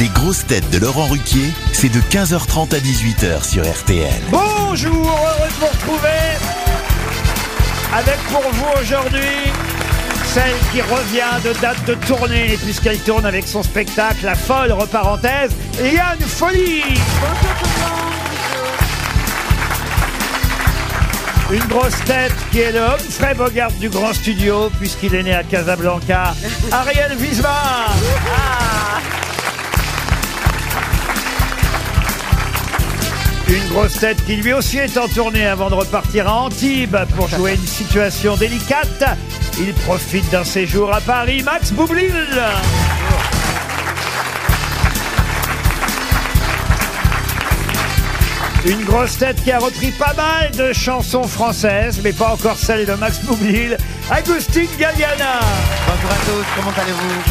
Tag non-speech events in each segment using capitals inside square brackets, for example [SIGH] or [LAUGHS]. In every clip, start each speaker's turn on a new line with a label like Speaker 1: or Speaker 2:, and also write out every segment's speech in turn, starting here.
Speaker 1: Les grosses têtes de Laurent Ruquier, c'est de 15h30 à 18h sur RTL.
Speaker 2: Bonjour, heureux de vous retrouver avec pour vous aujourd'hui celle qui revient de date de tournée puisqu'elle tourne avec son spectacle La folle reparenthèse, Yann Folie. Une grosse tête qui est le Humphrey Bogart du grand studio puisqu'il est né à Casablanca, Ariel Wiesmann. Une grosse tête qui lui aussi est en tournée avant de repartir à Antibes pour jouer une situation délicate. Il profite d'un séjour à Paris, Max Boublil. Une grosse tête qui a repris pas mal de chansons françaises, mais pas encore celle de Max Boublil, Agustin Galliana.
Speaker 3: Bonjour à tous, comment allez-vous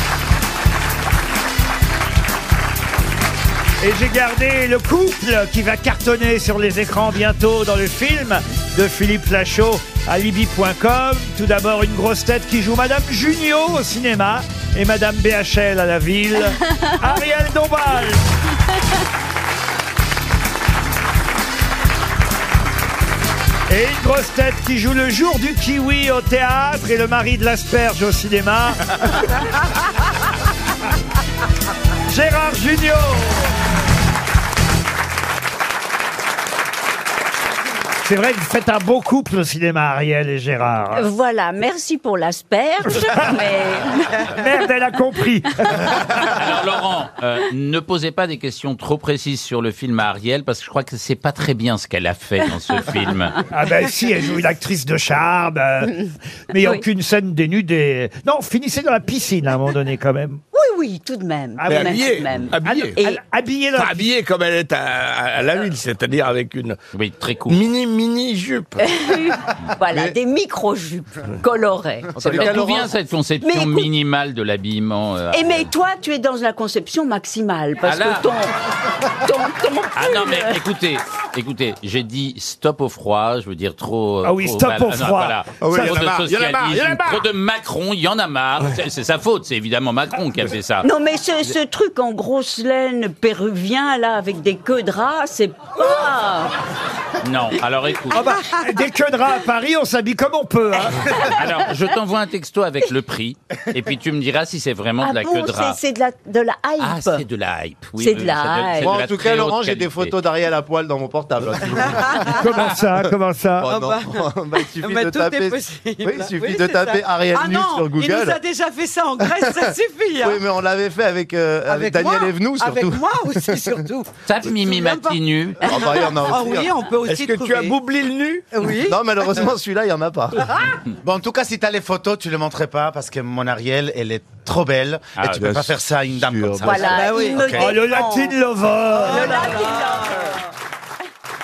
Speaker 2: Et j'ai gardé le couple qui va cartonner sur les écrans bientôt dans le film de Philippe Lachaud à Libye.com. Tout d'abord, une grosse tête qui joue Madame Junio au cinéma et Madame BHL à la ville, Ariel Dombal. Et une grosse tête qui joue le jour du kiwi au théâtre et le mari de l'asperge au
Speaker 4: [LAUGHS]
Speaker 2: cinéma. Gérard Junior. C'est vrai que vous faites un beau couple au cinéma, Ariel et Gérard.
Speaker 5: Ah.
Speaker 4: [LAUGHS] Voilà, merci pour
Speaker 5: [LAUGHS]
Speaker 4: l'asperge. mais...
Speaker 2: Merde, elle a compris.
Speaker 5: Alors Laurent, euh, ne posez pas des questions trop précises sur le film à Ariel parce que je crois que c'est pas très bien ce qu'elle a fait dans
Speaker 6: [LAUGHS]
Speaker 5: ce film.
Speaker 2: Ah ben si, elle joue une actrice de charme. euh, mais il n'y a
Speaker 4: Oui.
Speaker 2: aucune scène dénudée. Non, finissez dans la piscine à un moment donné quand même.
Speaker 4: Oui, oui, tout de même.
Speaker 2: Ah,
Speaker 4: tout
Speaker 2: mais
Speaker 4: de même,
Speaker 6: habillée,
Speaker 4: tout de même.
Speaker 6: habillée.
Speaker 4: Et-
Speaker 2: Elle- Habillée dans
Speaker 6: Enfin,
Speaker 2: la
Speaker 6: habillée comme elle est à, à la ville, c'est-à-dire avec une
Speaker 5: Oui, très court.
Speaker 6: mini mini jupe.
Speaker 4: voilà,
Speaker 6: Mais-
Speaker 4: des micro-jupes colorées.
Speaker 5: Mais d'où vient cette
Speaker 4: Mais
Speaker 5: conception
Speaker 4: écoute-
Speaker 5: minimale de l'habillement euh,
Speaker 4: Et mais toi, tu es dans la conception maximale parce
Speaker 5: Ah là.
Speaker 4: que ton, ton, ton
Speaker 5: Ah non, mais
Speaker 4: pull- euh,
Speaker 5: écoutez, écoutez, j'ai dit stop au froid, je veux dire trop.
Speaker 2: Ah oui,
Speaker 5: trop
Speaker 2: stop
Speaker 5: mal-
Speaker 2: au
Speaker 5: non,
Speaker 2: froid.
Speaker 5: voilà.
Speaker 6: Ah oui,
Speaker 5: trop
Speaker 6: y en a
Speaker 5: de
Speaker 6: marre, y en a marre, y en a
Speaker 5: socialisme,
Speaker 6: marre.
Speaker 5: trop de Macron, il y en a marre. C'est- C'est sa faute, c'est évidemment Macron qui a fait ça.
Speaker 4: Non, mais ce, ce truc en grosse laine péruvien là avec des queues de rats, c'est pas.
Speaker 5: Non, alors écoute.
Speaker 6: Ah bah.
Speaker 2: [LAUGHS] Dès que de rats à Paris, on s'habille comme on peut.
Speaker 6: [LAUGHS]
Speaker 2: hein.
Speaker 5: Alors, je t'envoie un texto avec le prix, et puis tu me diras si c'est vraiment
Speaker 4: Ah
Speaker 5: de la
Speaker 4: bon,
Speaker 5: queue de rat.
Speaker 4: c'est- c'est de la de la hype.
Speaker 5: Ah, c'est de la hype. oui,
Speaker 4: C'est
Speaker 5: oui,
Speaker 4: de la
Speaker 5: ça
Speaker 4: hype.
Speaker 5: c'est de
Speaker 3: Moi,
Speaker 5: la
Speaker 3: en tout
Speaker 5: très
Speaker 3: cas,
Speaker 5: haute
Speaker 3: Laurent, j'ai
Speaker 5: qualité.
Speaker 3: des photos d'Ariel à poil dans mon portable. hein,
Speaker 2: Comment ça Comment ça
Speaker 7: Ah
Speaker 3: Oh, non. Bah, [LAUGHS] il suffit de taper. Oui, il suffit de taper Ariel
Speaker 7: Ah
Speaker 3: nu
Speaker 7: non,
Speaker 3: sur
Speaker 7: il nous
Speaker 3: Google.
Speaker 7: a déjà fait ça en
Speaker 3: [LAUGHS]
Speaker 7: Grèce, ça suffit. hein.
Speaker 3: Oui, mais on l'avait fait avec, euh, avec, Daniel
Speaker 7: moi,
Speaker 3: Evenou surtout.
Speaker 7: Avec moi
Speaker 3: [LAUGHS]
Speaker 7: aussi, surtout.
Speaker 5: Tape Mimi
Speaker 7: souviens pas
Speaker 5: Matinu.
Speaker 3: Ah, bah, il y en a aussi,
Speaker 7: Ah oui,
Speaker 3: hein.
Speaker 7: on peut aussi
Speaker 6: Est-ce que tu
Speaker 7: trouver.
Speaker 6: as boublé le nu
Speaker 7: Oui.
Speaker 3: Non, malheureusement, celui-là, il n'y en a pas.
Speaker 7: Ah.
Speaker 8: Bon, en tout cas, si t'as les photos, tu les montrais pas parce que mon Ariel, elle est trop belle
Speaker 5: Ah,
Speaker 8: et tu
Speaker 3: bien
Speaker 8: peux pas faire ça à une dame
Speaker 3: sûr,
Speaker 8: comme ça.
Speaker 4: Voilà,
Speaker 7: Ah bah oui,
Speaker 4: il me
Speaker 8: ok.
Speaker 2: Oh, le
Speaker 4: défend.
Speaker 2: Latin Lover
Speaker 4: Le Latin Lover.